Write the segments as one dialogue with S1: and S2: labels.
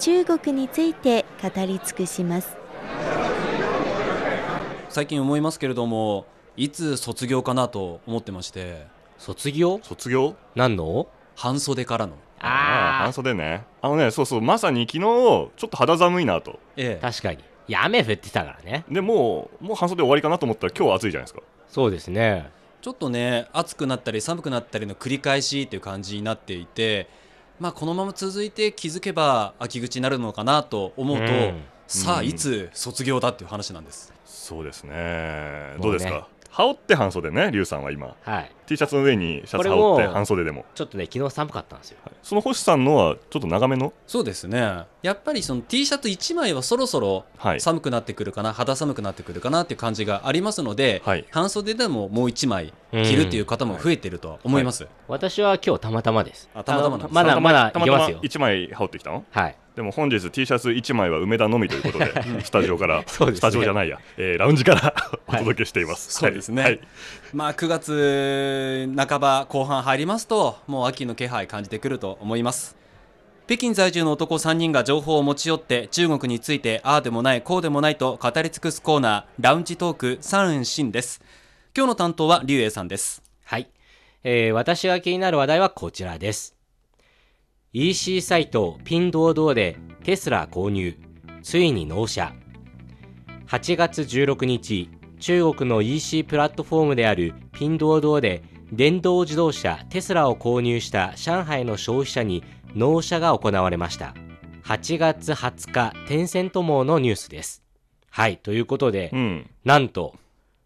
S1: 中国について語り尽くします。
S2: 最近思いますけれどもいつ卒業かなと思ってまして
S3: 卒業
S4: 卒業
S3: 何の
S2: 半袖からの
S4: ああ半袖ねあのねそうそうまさに昨日ちょっと肌寒いなと
S2: ええ
S3: 確かにいや雨降ってたからね
S4: でもうもう半袖終わりかなと思ったら今日は暑いじゃないですか
S3: そうですね
S2: ちょっとね暑くなったり寒くなったりの繰り返しという感じになっていてまあこのまま続いて気づけば秋口になるのかなと思うと、
S3: うん
S2: さあ
S4: うん
S2: いつ卒業だっていう話なんです、
S4: そうですね
S3: も
S4: ど
S3: うね
S4: うですか羽織って半袖ねリュウさんは今
S3: はい
S4: T シャツの上にシャ
S3: こ
S4: ツ
S3: れ
S4: 羽
S3: も
S4: 織って半袖でも
S3: ちょっとね昨日寒かったんですよ
S4: その星さんのはちょっと長めの
S2: そうですねやっぱりその T シャツ1枚はそろそろ
S4: はい
S2: 寒くなってくるかな肌寒くなってくるかなっていう感じがありますので、
S4: はい
S2: 半袖でももう1枚着るっていう方も増えてるとは思います、
S3: 私は今日たまたまです
S2: あたまたまなんです
S3: まだまだ
S4: たま
S3: いけ
S4: たま
S3: ますよ
S4: 1枚羽織ってきたの
S3: はい
S4: でも本日 T シャツ1枚は梅田のみということで スタジオから、
S3: そうですね
S4: スタジオじゃないや、えーラウンジから お届けしています、
S2: そうですね、
S4: はい
S2: まあ9月半ば後半入りますともう秋の気配感じてくると思います北京在住の男3人が情報を持ち寄って中国についてああでもないこうでもないと語り尽くすコーナーラウンジトーク三円新です今日の担当は劉英さんです
S3: はい、えー私が気になる話題はこちらです EC サイトピンドードーでテスラ購入ついに納車8月16日中国の EC プラットフォームであるピンドードーで電動自動車テスラを購入した上海の消費者に納車が行われました8月20日テンセント網のニュースですはいということで、
S4: うん
S3: なんと、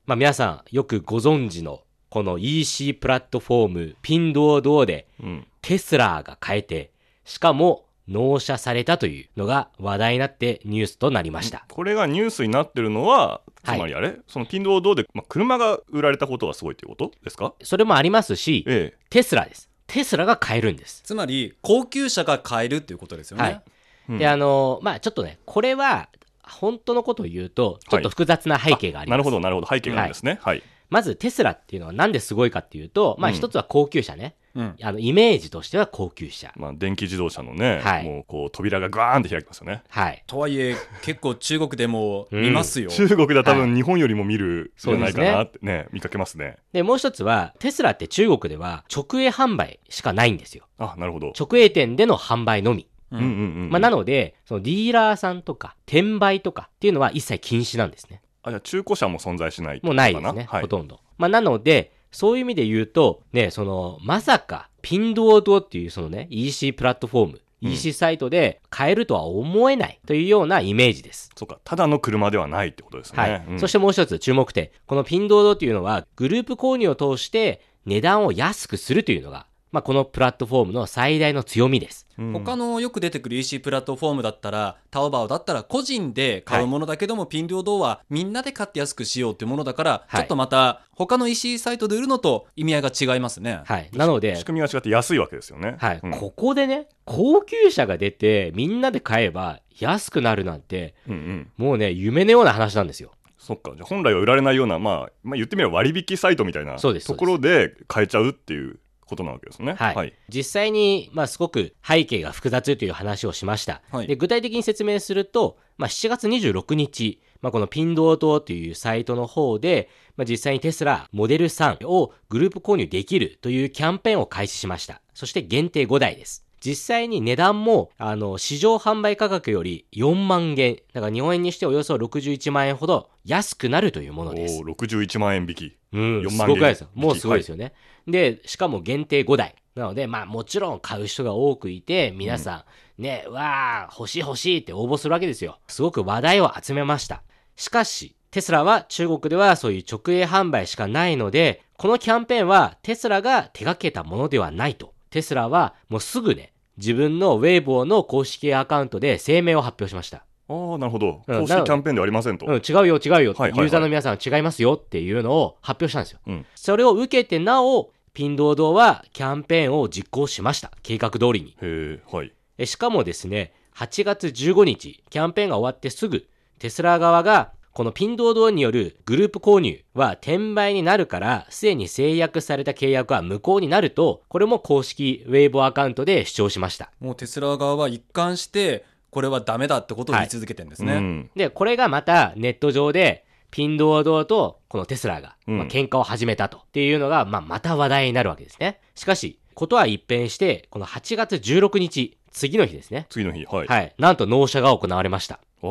S3: まあ、皆さんよくご存知のこの EC プラットフォームピンドードーで
S4: うん
S3: テスラが変えて、しかも納車されたというのが話題になってニュースとなりました。
S4: これがニュースになってるのは、つ
S3: はい
S4: まりあれ、その金堂堂で、まあ、車が売られたことがすごいということですか
S3: それもありますし、
S4: え
S3: テスラです。テスラが買えるんです。
S2: つまり高級車が買えるっていうことですよね、
S3: はい。
S4: え。
S3: で、あのまあちょっとね、これは本当のことを言うと、ちょっと複雑な背景がありま
S4: な
S3: す。
S4: るほど、なるほど、背景があるんですね。はい。
S3: まずテスラっていうのはなんですごいかっていうと、まあ
S4: うん
S3: 一つは高級車ね。
S2: うん、
S3: あの、イメージとしては高級車。
S4: まあ、電気自動車のね、
S3: はい
S4: もうこう扉がガーンって開きますよね。
S3: はい。
S2: とはいえ結構中国でも見ますよ、
S4: 中国では多
S3: は
S4: 分日本よりも見るんじゃないかな
S3: そう
S4: ってね、見かけますね。
S3: で、もう一つは、テスラって中国では直営販売しかないんですよ。
S4: あ、なるほど。
S3: 直営店での販売のみ。
S2: う
S4: うんんうんうん。
S3: まあ、なので、そのディーラーさんとか、転売とかっていうのは一切禁止なんですね。
S4: あ、じゃあ中古車も存在しないって
S3: も
S4: こ
S3: う
S4: とか
S3: ないですね、
S4: はい
S3: ほ。とんど。まあ、なので、そういう意味で言うと、ね、その、まさか、ピンドードっていうそのね、EC プラットフォーム、
S4: うん
S3: EC サイトで買えるとは思えないというようなイメージです。
S4: そうか、ただの車ではないってことですね。
S3: はい。
S4: うん
S3: そしてもう一つ注目点。このピンドードっていうのは、グループ購入を通して値段を安くするというのが、まあ、このプラットフォームの最大の強みです。
S4: うん
S2: 他のよく出てくる EC プラットフォームだったらタオバオだったら個人で買うものだけども、ピン両ドはみんなで買って安くしようっていうものだから、
S3: は
S2: ち
S3: い
S2: ょっとまた他の EC サイトで売るのと意味合いが違いますね、
S3: はい。なので
S4: 仕、組みが違って安いわけですよね。
S3: はい、
S4: うん
S3: ここでね、高級車が出て、みんなで買えば安くなるなんて、
S4: うんうん。
S3: もうね、夢のような話なんですよ。
S4: そっかじゃあ本来は売られないような、まあ、まあ言ってみれば割引サイトみたいな
S3: そうです
S4: ところで買えちゃうっていうことなわけですね。
S3: はい。実際に、まあ、すごく背景が複雑という話をしました。
S2: はい
S3: で具体的に説明すると、まあ、7月26日、まあ、このピンドートというサイトの方で、まあ、実際にテスラモデル3をグループ購入できるというキャンペーンを開始しました。そして限定5台です。実際に値段も、あの、市場販売価格より4万元、だから日本円にしておよそ61万円ほど安くなるというも
S4: お
S3: の
S4: お
S3: です。
S4: ー、61万円引き。
S3: うん、
S4: 4
S3: す
S4: 万
S3: ごくないですよ。
S4: 元
S3: もうすごいですよね。で、しかも限定5台。なので、まあもちろん買う人が多くいて、皆さん、ね、わあ、欲しい欲しいって応募するわけですよ。すごく話題を集めました。しかし、テスラは中国ではそういう直営販売しかないので、このキャンペーンはテスラが手掛けたものではないと。テスラはもうすぐね、自分のウェイボーの公式アカウントで声明を発表しました。
S4: ああ、なるほど。
S3: うん
S4: 公
S3: な
S4: 式キャンペーンではありませんと。
S3: うん、違うよ、違うよって、
S4: はいはいはい
S3: ユーザーの皆さんは違いますよっていうのを発表したんですよ。
S4: うん
S3: それを受けて、なお、ピンドー堂はキャンペーンを実行しました。計画通りに。
S4: へえ、はい。
S3: えしかもですね、8月15日、キャンペーンが終わってすぐ、テスラ側が、このピンドー堂によるグループ購入は転売になるから、すでに制約された契約は無効になると、これも公式ウェイボーアカウントで主張しました。
S2: もうテスラ側は一貫してこれはダメだってことを言い続けてるんですね、
S4: うん。
S3: で、これがまたネット上で、ピンドー堂とこのテスラが、
S4: うん
S3: まあ、喧嘩を始めたと。っていうのが、まあ、また話題になるわけですね。しかし、ことは一変して、この8月16日、次の日ですね。
S4: 次の日、はい。ああ、
S3: はい。なんと納車が行われました。
S4: え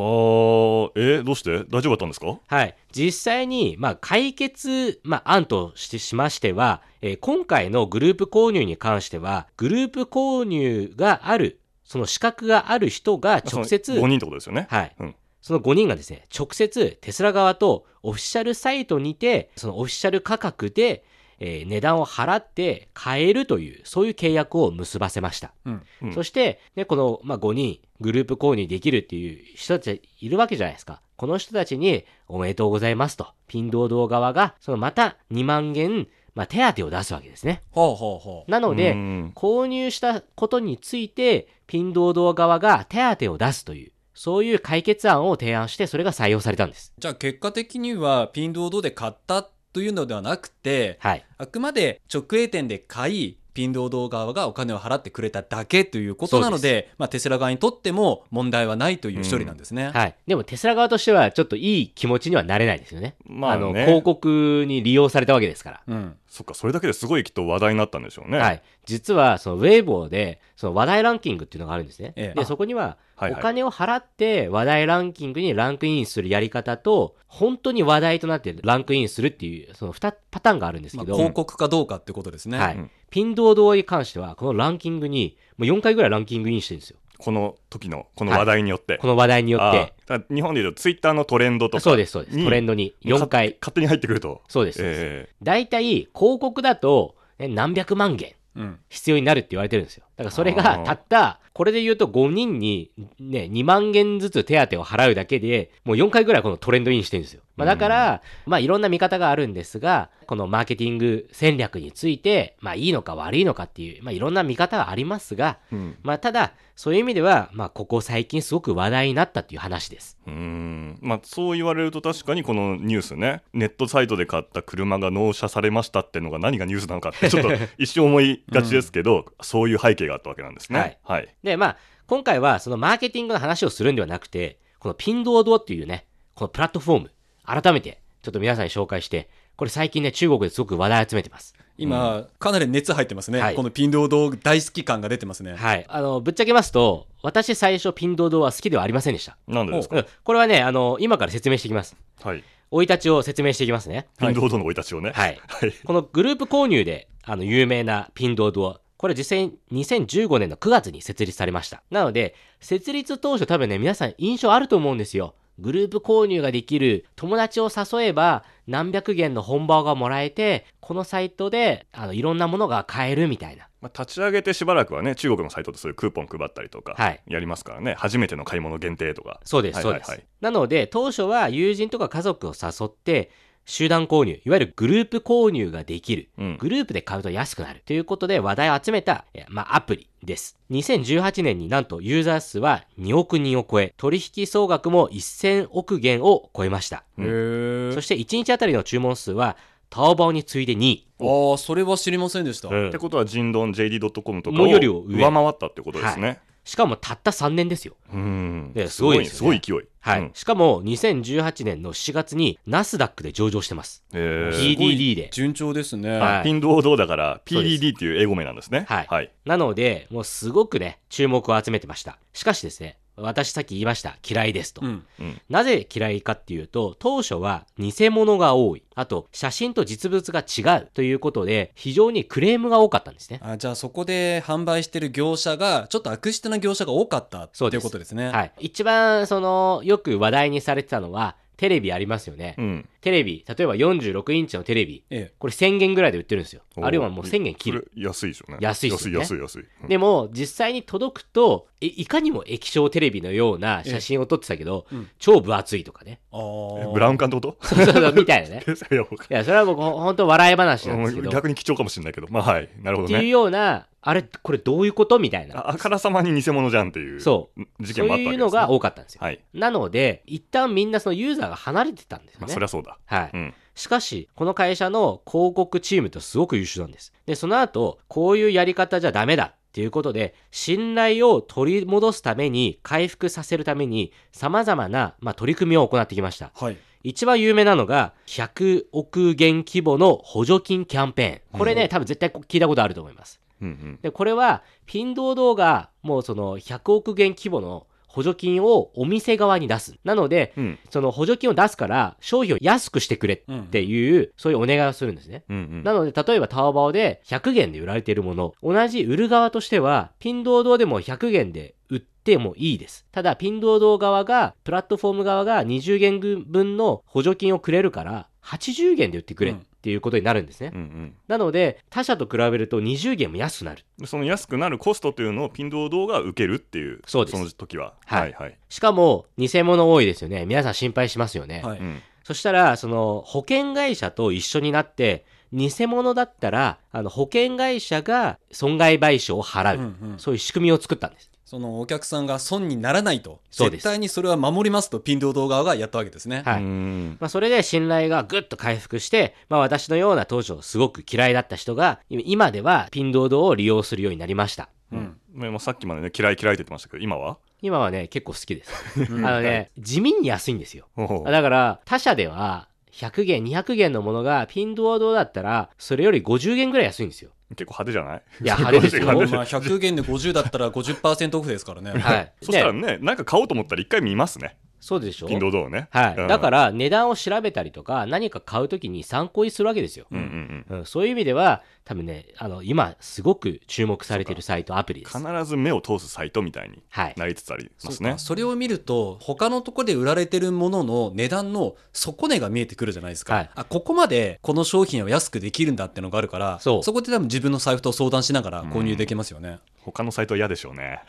S4: ー、どうして大丈夫だったんですか
S3: はい。実際に、まあ、解決、まあ、案としてしましては、えー今回のグループ購入に関しては、グループ購入がある、その資格がある人が直接、
S4: 5人ってことですよね。
S3: はい。
S4: うん
S3: その5人がですね、直接テスラ側とオフィシャルサイトにて、そのオフィシャル価格で、えー値段を払って買えるという、そういう契約を結ばせました。
S2: うん
S4: うん
S3: そして、ね、この、まあ、5人、グループ購入できるっていう人たちいるわけじゃないですか。この人たちに、おめでとうございますと、ピンドード側が、そのまた2万円、まあ、手当を出すわけですね。
S2: ほうほうほう
S3: なので、
S4: うん
S3: 購入したことについて、ピンドード側が手当を出すという、そういう解決案を提案して、それが採用されたんです。
S2: じゃあ結果的にはピンドードで買ったというのではなくて
S3: はい。
S2: あくまで直営店で買いピンドード側がお金を払ってくれただけということなの
S3: そ
S2: でまあ、テスラ側にとっても問題はないという処理なんですね、
S3: はい。でも、テスラ側としては、ちょっといい気持ちにはなれないですよね。
S4: まあね
S3: の、広告に利用されたわけですから。
S2: うん、
S4: そっか、それだけですごいきっと話題になったんでしょうね。
S3: はい。実は、その、ウェイボーで、その話題ランキングっていうのがあるんですね。
S2: ええ
S3: で、そこには、
S4: はいはい
S3: お金を払って話題ランキングにランクインするやり方と、本当に話題となってランクインするっていう、その2パターンがあるんです
S2: ま
S3: け
S2: あ、
S3: ど、
S2: 広告かどうかってことですね、
S3: は
S4: う
S3: い
S4: ん。
S3: ピンドードに関しては、このランキングに、もう4回ぐらいランキングインしてるんですよ。
S4: この時の、この話題によって。
S3: この話題によ
S4: あ
S3: って。
S4: ーだから日本でいうと、ツイッターのトレンドとか。
S3: そうです、そうです。
S4: に
S3: トレンドに4
S4: か
S3: 回。
S4: 勝手に入ってくると。
S3: そうです。そうです
S4: え
S3: 大体、広告だと、ね何百万元
S2: うん、
S3: 必要になるって言われてるんですよ。だからそれ
S4: あ
S3: が
S4: ー
S3: たった、これで言うと5人にね、2万元ずつ手当を払うだけで、もう4回ぐらいこのトレンドインしてるんですよ。まあだから、まあいろんな見方があるんですが、このマーケティング戦略について、まあいいのか悪いのかっていう、まあいろんな見方はありますが、
S4: えうん。
S3: まあ、ただ、そういう意味では、まあ、ここ最近すごく話題になったっていう話です。
S4: うーんまあそう言われると確かにこのニュースねネットサイトで買った車が納車されましたってのが何がニュースなのかってちょ っと一瞬思いがちですけど、そういう背景があったわけなんですね。
S3: はい
S4: はい、
S3: で、まあ、今回はそのマーケティングの話をするんではなくて、このピンドードっていうね、このプラットフォーム、改めて、ちょっと皆さんに紹介して、これ最近ね、中国ですごく話題を集めてます。
S2: 今、かなり熱入ってますね、
S3: はい
S2: このピンドード大好き感が出てますね、
S3: はい。あの、ぶっちゃけますと、私最初ピンドードは好きではありませんでした。
S4: なんでです
S3: う
S4: か、
S3: んこれはね、あの、今から説明していきます。
S4: はい、
S3: 生い立ちを説明していきますね。
S4: ピンドードの生い立ちをね。
S3: はい
S4: はい
S3: このグループ購入で、あの、有名なピンドードこれ実際に2015年の9月に設立されました。なので、設立当初多分ね、皆さん印象あると思うんですよ。グループ購入ができる、友達を誘えば何百元の本場がもらえて、このサイトで、あの、いろんなものが買えるみたいな。
S4: まあ、立ち上げてしばらくはね中国のサイトでそういうクーポン配ったりとか
S3: はい
S4: やりますからね、初めての買い物限定とか。
S3: そうです、
S4: はいはいはい
S3: そうです。なので、当初は友人とか家族を誘って、集団購入、いわゆるグループ購入ができる。
S4: うん
S3: グループで買うと安くなるということで話題を集めた、えーまあ、アプリです。2018年になんとユーザー数は2億人を超え、取引総額も1000億元を超えました。
S4: うん
S2: へー
S3: そして1日あたりの注文数は、タオバオに次いで2位。
S2: ああそれは知りませんでした、
S4: ってことは人ドン JD.com とか
S3: も
S4: を
S3: うよりを上
S4: 上回ったってことですね。
S3: しかもたった3年ですよ。
S4: うん
S3: ねすごいですす
S4: ご
S3: よ
S4: い
S3: ね
S4: 勢い。
S3: はい。
S4: うん
S3: しかも2018年の4月にナスダックで上場してます。
S4: えー
S3: PDD で。
S2: 順調ですね、
S3: はい
S4: ピンドードーだから
S3: そうです
S4: PDD っていう英語名なんですね。
S3: はいなので、もうすごくね、注目を集めてました。しかしですね、私さっき言いました、嫌いですと。
S2: うん、
S3: なぜ嫌いかっていうと、当初は偽物が多い。あと、写真と実物が違うということで、非常にクレームが多かったんですね。
S2: あじゃあそこで販売してる業者がちょっと悪質な業者が多かったって
S3: そう
S2: い
S3: で
S2: う
S3: す
S2: ことですね
S3: はい。一番、その、よく話題にされてたのは、テレビありますよね。
S4: うん。
S3: テレビ、例えば46インチのテレビ、
S2: え
S3: これ1000元ぐらいで売ってるんですよ。
S4: おー
S3: あるいはもう1000元切る。
S4: それ安いでしょうね
S3: 安いっすよね
S4: 安い安い安い、うん
S3: でも、実際に届くと、えいかにも液晶テレビのような写真を撮ってたけど、
S2: えうん
S3: 超分厚いとかね。
S2: え。あー
S4: えブラウン管ってこと
S3: そうそうそうみたいなね。
S4: いやわか
S3: いや、それは僕、本当笑い話なんですけ
S4: ん
S3: ど。
S4: 逆に貴重かもしれないけどまあはいなるほ
S3: っ
S4: ど
S3: ていう
S4: ね
S3: ような、あれ、これどういうことみたいな。
S4: ああからさまに偽物じゃんっていう
S3: そう
S4: 事
S3: そ
S4: 件
S3: う
S4: もあったわけです、ね、
S3: いうのが多かったんですよ。
S4: はい、
S3: なので、一旦みんなそのユーザーが離れてたんですよ
S4: まあ、
S3: ね
S4: そり。ゃそうだ、
S3: はい。
S4: うん、
S3: しかし、この会社の広告チームってすごく優秀なんです。で、その後、こういうやり方じゃダメだっていうことで、信頼を取り戻すために、回復させるために、様々な、まあ、取り組みを行ってきました。
S2: はい。
S3: 一番有名なのが、100億元規模の補助金キャンペーン。これね、多分絶対聞いたことあると思います。
S4: うんうん
S3: で、これは、ピンドー動が、もうその100億元規模の補助金をお店側に出す。なので、
S4: うん
S3: その補助金を出すから、商品を安くしてくれっていう、そういうお願いをするんですね。
S4: うんうん
S3: なので、例えばタオバオで100元で売られているもの、同じ売る側としては、ピンドー堂でも100元で売ってもいいです。ただ、ピンドー堂側が、プラットフォーム側が20元分の補助金をくれるから、80元で売ってくれっていうことになるんですね。
S4: うんうん
S3: なので、他社と比べると20元も安くなる。
S4: でその安くなるコストというのをピンドー動が受けるっていう
S3: そうです
S4: その時は
S3: は
S4: はいいはい、
S3: しかも、偽物多いですよね。皆さん心配しますよね。
S2: はい。
S4: うん
S3: そしたら、その、保険会社と一緒になって、偽物だったら、あの、保険会社が損害賠償を払う。
S2: うんうん
S3: そういう仕組みを作ったんです。
S2: そのお客さんが損にならないと、
S3: そうです
S2: 絶対にそれは守りますと、ピンド動側がやったわけですね。
S3: はいう
S4: ーん
S3: まあ、それで信頼がぐっと回復して、まあ、私のような当初すごく嫌いだった人が、今今ではピンドードを利用するようになりました。
S2: うん
S4: まあまあさっきまでね嫌い嫌いって言ってましたけど今は
S3: 今はね、結構好きです。あ
S2: うん
S3: のね、地味に安いんですよ。
S4: おお
S3: だから、他社では、100元、200元のものが、ピンドードだったら、それより50元ぐらい安いんですよ。
S4: 結構派手じゃない
S3: いや、派手ですよ。
S4: 50
S2: ま
S4: 元
S2: あ
S4: 派手
S2: 100元で50だったら50%オフですからね。
S3: はい。
S4: そしたら
S3: ね
S4: ねなんか買おうと思ったら一回見ますね
S3: そうでしょ
S4: ピンドー動をね
S3: はい。
S4: うん
S3: だから、値段を調べたりとか、何か買うときに参考にするわけですよ。
S4: うんうんうん
S3: うん、そういう意味では、多分ね、あの、今、すごく注目されているサイト、アプリです。
S4: 必ず目を通すサイトみたいに
S3: はい。
S4: なりつつありま
S2: そう
S4: す
S2: か
S4: ね
S2: それを見ると他のところで売られてるものの値段の底値が見えてくるじゃないですか、
S3: はい
S2: あここまでこの商品を安くできるんだってのがあるから
S3: そう
S2: こで多分自分の財布と相談しながら購入できますよね、
S4: 他のサイトは嫌でしょうね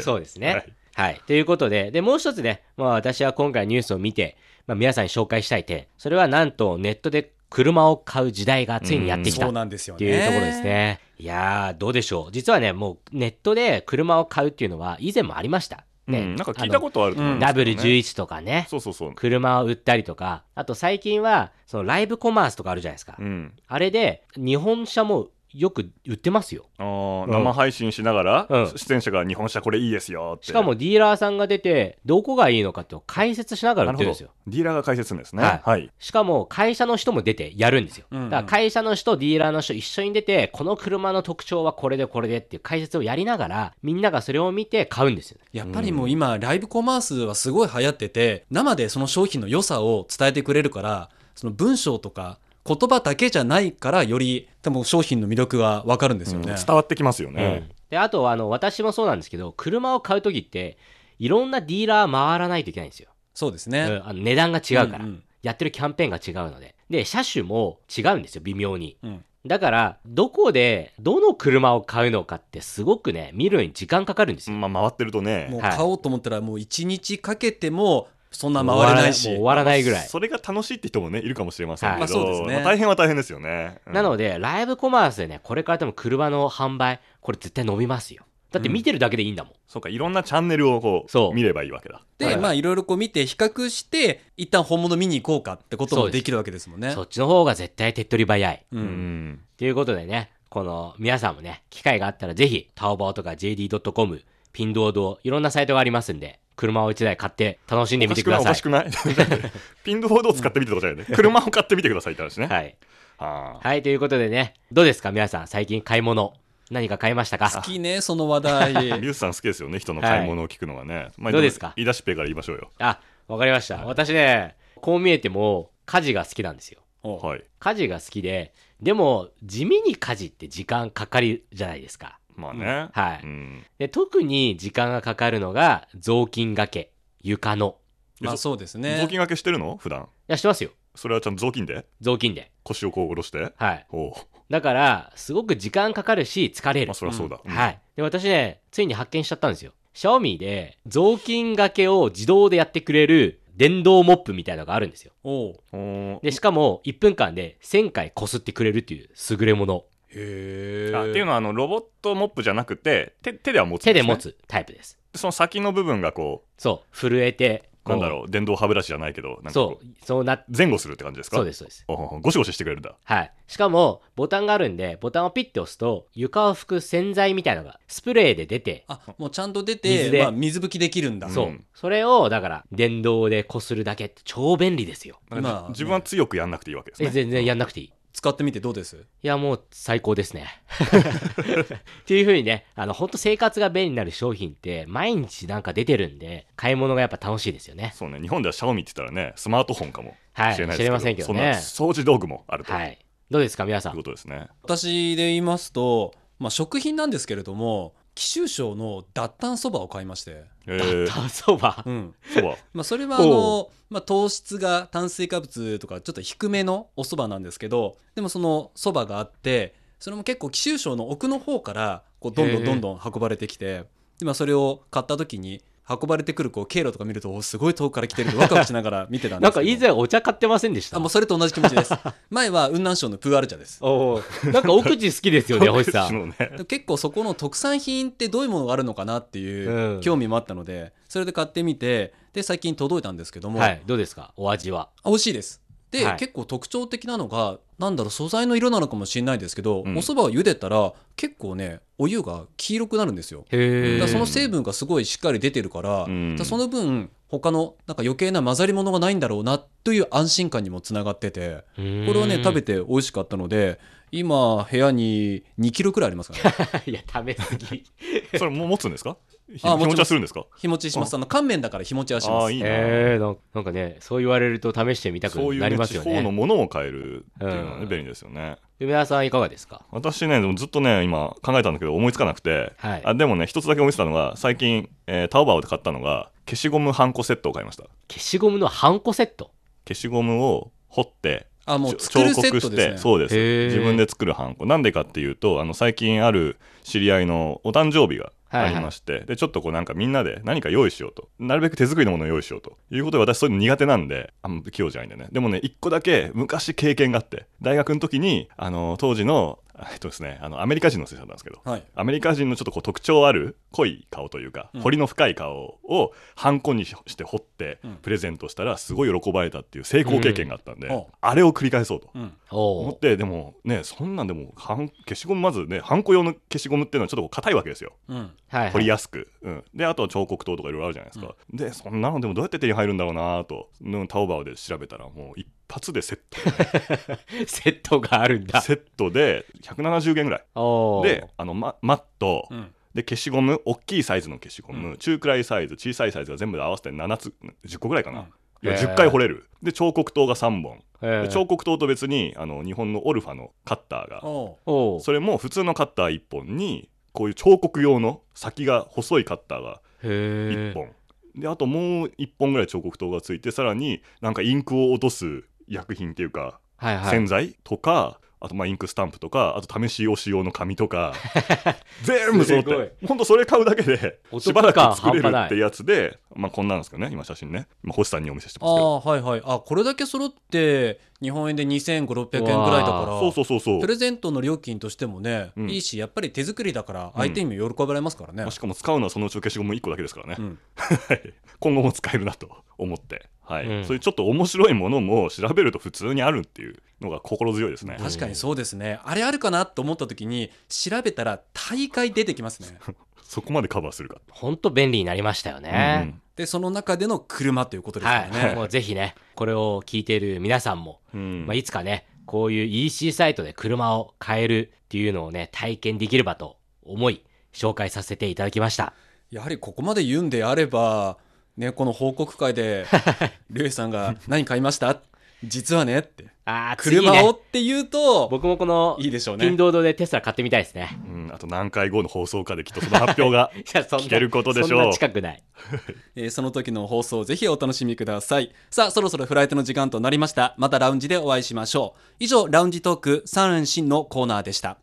S3: そうですね。はい。ということで、で、もう一つね、まあ私は今回ニュースを見て、まあ皆さんに紹介したい点。それはなんとネットで車を買う時代がついにやってきた。
S2: そう
S3: っ
S2: なんですよ
S3: て
S2: ね
S3: いうところですね。いやー、どうでしょう。実はね、もうネットで車を買うっていうのは以前もありました。ね。
S4: うんなんか聞いたことあると思
S2: あ
S4: い
S3: と
S4: ますけどね
S3: W11 とかね。
S4: そうそうそう
S3: 車を売ったりとか、あと最近は、そのライブコマースとかあるじゃないですか。
S4: うん
S3: あれで、日本車もよく売ってますよ。
S4: あー
S3: うん
S4: 生配信しなが
S3: う
S4: ら
S3: ん
S4: 出演者が日本車これいいですよって
S3: しかもディーラーさんが出て、どこがいいのかって解説しなが
S4: な
S3: ら売っ
S4: る
S3: て
S4: ほど
S3: るんですよ。
S4: ディーラーが解説するんですね
S3: はい
S4: はい
S3: しかも会社の人も出てやるんですよ。
S2: うんう
S3: だ
S2: ん
S3: から会社の人、ディーラーの人一緒に出て、この車の特徴はこれでこれでっていう解説をやりながら、みんながそれを見て買うんですよね。
S2: やっぱりもう今ライブコマースはすごい流行ってて生でその商品の良さを伝えてくれるからその文章とか言葉だけじゃないからより多分商品の魅力が分かるんです
S4: う
S2: よ
S4: ん
S2: ね、
S4: 伝わってきますよね
S3: で、あとはあの、私もそうなんですけど、車を買うときって、いろんなディーラー回らないといけないんですよ。
S2: そうです
S3: う
S2: ね、
S3: ん、あの値段が違うから、
S2: んん
S3: やってるキャンペーンが違うので。で、車種も違うんですよ、微妙に。
S2: うん
S3: だから、どこで、どの車を買うのかってすごくね、見るのに時間かかるんですよ。
S4: まあ回ってるとね
S2: もう
S3: はい
S2: 買おうと思ったらもう1日かけてもそんな回れないし
S3: もう終わらないぐらい。
S4: それが楽しいって人もねいるかもしれません
S3: はいま
S4: け
S2: あそうです
S4: ど、
S2: ね
S4: まあ大変は大変ですよね。
S3: なの
S4: で、
S3: で、ライブコマースでね、これからでも車の販売、これ絶対伸びますよ。だって見てるだけでいいんだもん。
S4: そうかいろんなチャンネルをこう
S3: そう
S4: 見ればいいわけだ。
S2: で、
S3: はい
S2: まあいろいろこう見て比較して一旦本物見に行こうかってこと
S3: そう
S2: も
S3: です
S2: できるわけですもんね
S3: そっちの方が絶対手っ取り早い。
S2: う、
S4: うんん、
S3: ということでね、この、皆さんもね、機会があったらぜひ、タオバオとか JD.com、ピンドード、いろんなサイトがありますんで、車を一台買って楽しんでみてくだ
S4: お
S3: さ
S4: か
S3: い
S4: し。くないおかしくない ピンドフォードを使ってみてとかじゃ ないね。車を買ってみてくださいって話ね。
S3: はい。
S4: あ
S3: はい、ということでね、どうですか皆さん、最近買い物、何か買いましたか
S2: 好きねその話
S4: あ。リ
S2: 題
S4: ュウスさん好きですよね人の買い物を聞くのはね。まあ
S3: どうですか
S4: 言い出しっぺから言いましょうよ。
S3: あ、わかりました。私ね、こう見えても、家事が好きなんですよ。
S2: お
S4: はい。
S3: 家事が好きで、でも、地味に家事って時間かかるじゃないですか。
S4: まあね。
S3: は
S4: う
S3: い。
S4: ん。
S3: で、特に時間がかかるのが、雑巾掛け、床の。
S2: まあそうですね
S4: 雑巾掛けしてるの普段。
S3: いや、してますよ。
S4: それはちゃんと雑巾で
S3: 雑巾で。
S4: 腰をこう下ろして
S3: はい。
S4: おう
S3: だから、すごく時間かかるし、疲れる。
S4: まあそりゃそうだ、い
S3: はい。で、私ね、ついに発見しちゃったんですよ。シャオミで、雑巾掛けを自動でやってくれる電動モップみたいなのがあるんですよ。
S2: おう
S3: で、しかも、1分間で1000回こすってくれるっていう優れもの。
S2: へえ
S4: あっていうのはあのロボットモップじゃなくて手手では持つん
S3: 手です
S4: ね
S3: 持つタイプです。
S4: その先の部分がこ
S3: そう。震えて、
S4: うなんだろう電動歯ブラシじゃないけどなんかこ
S3: そう。そうな、
S4: う前後するって感じですか
S3: そうです、そうです。
S4: おうゴシゴシしてくれるんだ
S3: はい。しかも、ボタンがあるんで、ボタンをピッて押すと、床を拭く洗剤みたいなのが、スプレーで出て、
S2: あもうちゃんと出
S3: 水
S2: て
S3: で
S2: まあ、水拭きできるんだ
S4: うん
S3: そうう。それを、だから、電動でこするだけって超便利ですよ。
S4: なんか
S2: 今
S4: 自分は強くやんなくていいわけです
S3: え
S4: ね
S3: 全然やんなくていい。
S2: 使ってみてどうです
S3: いや、もう最高ですね。っていうふうにね、あの、ほんと生活が便利になる商品って、毎日なんか出てるんで、買い物がやっぱ楽しいですよね。
S4: そうね日本ではシャオミって言ったらねスマートフォンかも
S3: はい
S4: しれないです
S3: 知れませんけどね
S4: そんな掃除道具もあると、、
S3: はいい。どうですか、皆さ
S4: うんこ。とですね
S2: 私で言いますと、まあ、食品なんですけれども貴州省の脱炭そばを買いまして、
S4: えー、
S3: あ、そば
S2: う。ん
S4: そうは
S2: まあ、それはあ
S4: ほう
S2: の、まあ、糖質が炭水化物とかちょっと低めのお蕎麦なんですけどでもその蕎麦があってそれも結構貴州省の奥の方からこうどんど
S3: へえ
S2: んどんどん運ばれてきてで、まあ、それを買った時に運ばれてくるこう経路とか見るとおすごい遠くから来てるってワクワクしながら見てたんで
S3: なん
S2: す
S3: か
S2: けど
S3: 以前お茶買ってませんでした
S2: あもうそれと同じ気持ち です前は雲南省のプーアル茶です
S3: おお。なんか奥地好きです よね、星さ
S4: 私
S3: ん。
S4: のね
S2: でも結構そこの特産品ってどういうものがあるのかなってい
S3: うん
S2: う興味もあったので、それで買ってみてで最近届いたんですけども、
S3: はい。どうですかお味は。
S2: あ美味しいですで、
S3: はい
S2: 結構特徴的なのがなんだろう素材の色なのかもしれないですけど、
S4: うん
S2: お蕎麦を茹でたら結構ねお湯が黄色くなるんですよだ
S3: へ
S2: から
S3: え。
S2: その成分がすごいしっかり出てるから,、
S4: うん
S2: その分他のなんか余計な混ざり物がないんだろうなという安心感にもつながってて
S3: うーん
S2: これはね食べて美味しかったので今部屋に2キロくらいありま すからね
S3: いや、食べ過ぎ。
S4: それも持つんです かひ日
S2: あ持
S4: 持
S2: ち
S4: ち
S2: ま
S4: は
S2: す
S4: するんですか
S2: 日持ちしますあの乾麺だから日持ちはしま
S4: ああ
S2: す
S4: いいな、
S3: えー、なんなんかね、そう言われると試してみたく
S4: そういう、
S3: なり
S4: ね、
S3: ます
S4: 地
S3: よ
S4: 方の
S3: ね。
S4: ものを変えるっていうのはね、
S3: うん
S4: 便利ですよね
S3: 梅田さんいかがですか
S4: 私ねでもずっとね今考えたんだけど思いつかなくて、
S3: はい
S4: あでもね一つだけ思いついたのが最近、えータオバオで買ったのが消しゴムハンコセットを買いました
S3: 消しゴムのハンコセット。
S4: 消しゴムを彫って
S2: あもう
S4: ち
S2: 作
S4: ょ
S2: るセットですね
S4: そうです
S3: へー
S4: 自分で作るハンコなんでかっていうとあの最近ある知り合いのお誕生日がありまして、でちょっとこうなんかみんなで何か用意しようとなるべく手作りのものを用意しようということで私そういうの苦手なんであんま器用じゃないんでねでもね一個だけ昔経験があって大学の時にあの当時のえっとですねあのアメリカ人の先生なんですけど
S2: はい
S4: アメリカ人のちょっとこう特徴ある濃い顔というか、
S2: うん
S4: 彫りの深い顔をハンコにして彫って
S2: うん
S4: プレゼントしたらすごい喜ばれたっていう成功経験があったんで、
S2: うん
S4: あれを繰り返そうと
S2: うん
S3: お
S4: 思っ
S3: お。
S4: てでもねそんなんでもハン消しゴムまずねハンコ用の消しゴムっていうのはちょっとこう硬いわけですよ
S2: うん
S3: はい
S4: 彫
S3: は
S4: り
S3: い。
S4: やすく、うん、であとは彫刻刀とかいろいろあるじゃないですか、でそんなのでもどうやって手に入るんだろうなとのタオバオで調べたらもう一発でセット
S3: セットがあるん だ。
S4: セットで170元ぐらい
S3: おお。
S4: で、あのママット、
S2: うん
S4: で消しゴム大きいサイズの消しゴム、
S2: う
S4: 中くらいサイズ小さいサイズが全部で合わせて7つ10個ぐらいかな、
S2: うん
S4: 要は
S3: へー
S4: 10回掘れるで彫刻刀が3本、
S3: え
S4: で彫刻刀と別にあの日本のオルファのカッターが
S2: おう
S3: おお。
S4: それも普通のカッター1本にこういう彫刻用の先が細いカッターが1
S3: へ
S4: 本、であともう1本ぐらい彫刻刀がついてさらになんかインクを落とす薬品っていうか、
S3: はいは
S4: 洗
S3: い。
S4: 剤とかあとまあインクスタンプとかあと試し用紙用の紙と か全部揃っ
S3: すごい
S4: てほんとそれ買うだけで
S3: お得
S4: しばら
S3: 感
S4: く作れる
S3: 半端ない
S4: ってやつでまあこんなんですけどね今写真ね今星さんにお見せしてますけど
S2: ああーはいはいあこれだけ揃って日本円で2500600円ぐらいだか
S3: あ
S2: ら
S4: そうそうそうそう
S2: プレゼントの料金としてもね、
S4: うん
S2: いいしやっぱり手作りだから相手にも喜ばれますからね
S4: まあ、しかも使うのはそのうちの消しゴム1個だけですからね、
S2: うん、
S4: はい今後も使えるなと思って、はい
S3: うん
S4: そういうちょっと面白いものも調べると普通にあるっていうのが心強いですね。
S2: 確かにそうですねあれあるかなと思った時に調べたら大会出てきますね
S4: そこまでカバーするか。
S3: ほんと便利になりましたよ
S4: う
S3: ね。
S4: ん
S2: でその中での車ということですか
S3: は
S2: らね、
S3: い。もうぜひね、これを聞いている皆さんも、
S4: うん
S3: まあ、いつかね、こういう EC サイトで車を買えるっていうのをね、体験できればと思い、紹介させていただきました。
S2: やはりここまで言うんであればねこの報告会 でリュウエイさんが「何買いました?」実はねって
S3: あー、次ね
S2: 車をって言うと
S3: 僕もこの、
S2: いいでしょうね
S3: 金堂堂でテスラ買ってみたいですね。
S4: うんああと何回後の放送かできっとその発表が
S3: いやそんな
S4: 聞けることでしょう
S3: そんな近くない。
S2: えーその時の放送をぜひお楽しみください。さあ、そろそろフライトの時間となりました。またラウンジでお会いしましょう。以上、ラウンジトーク3連新のコーナーでした。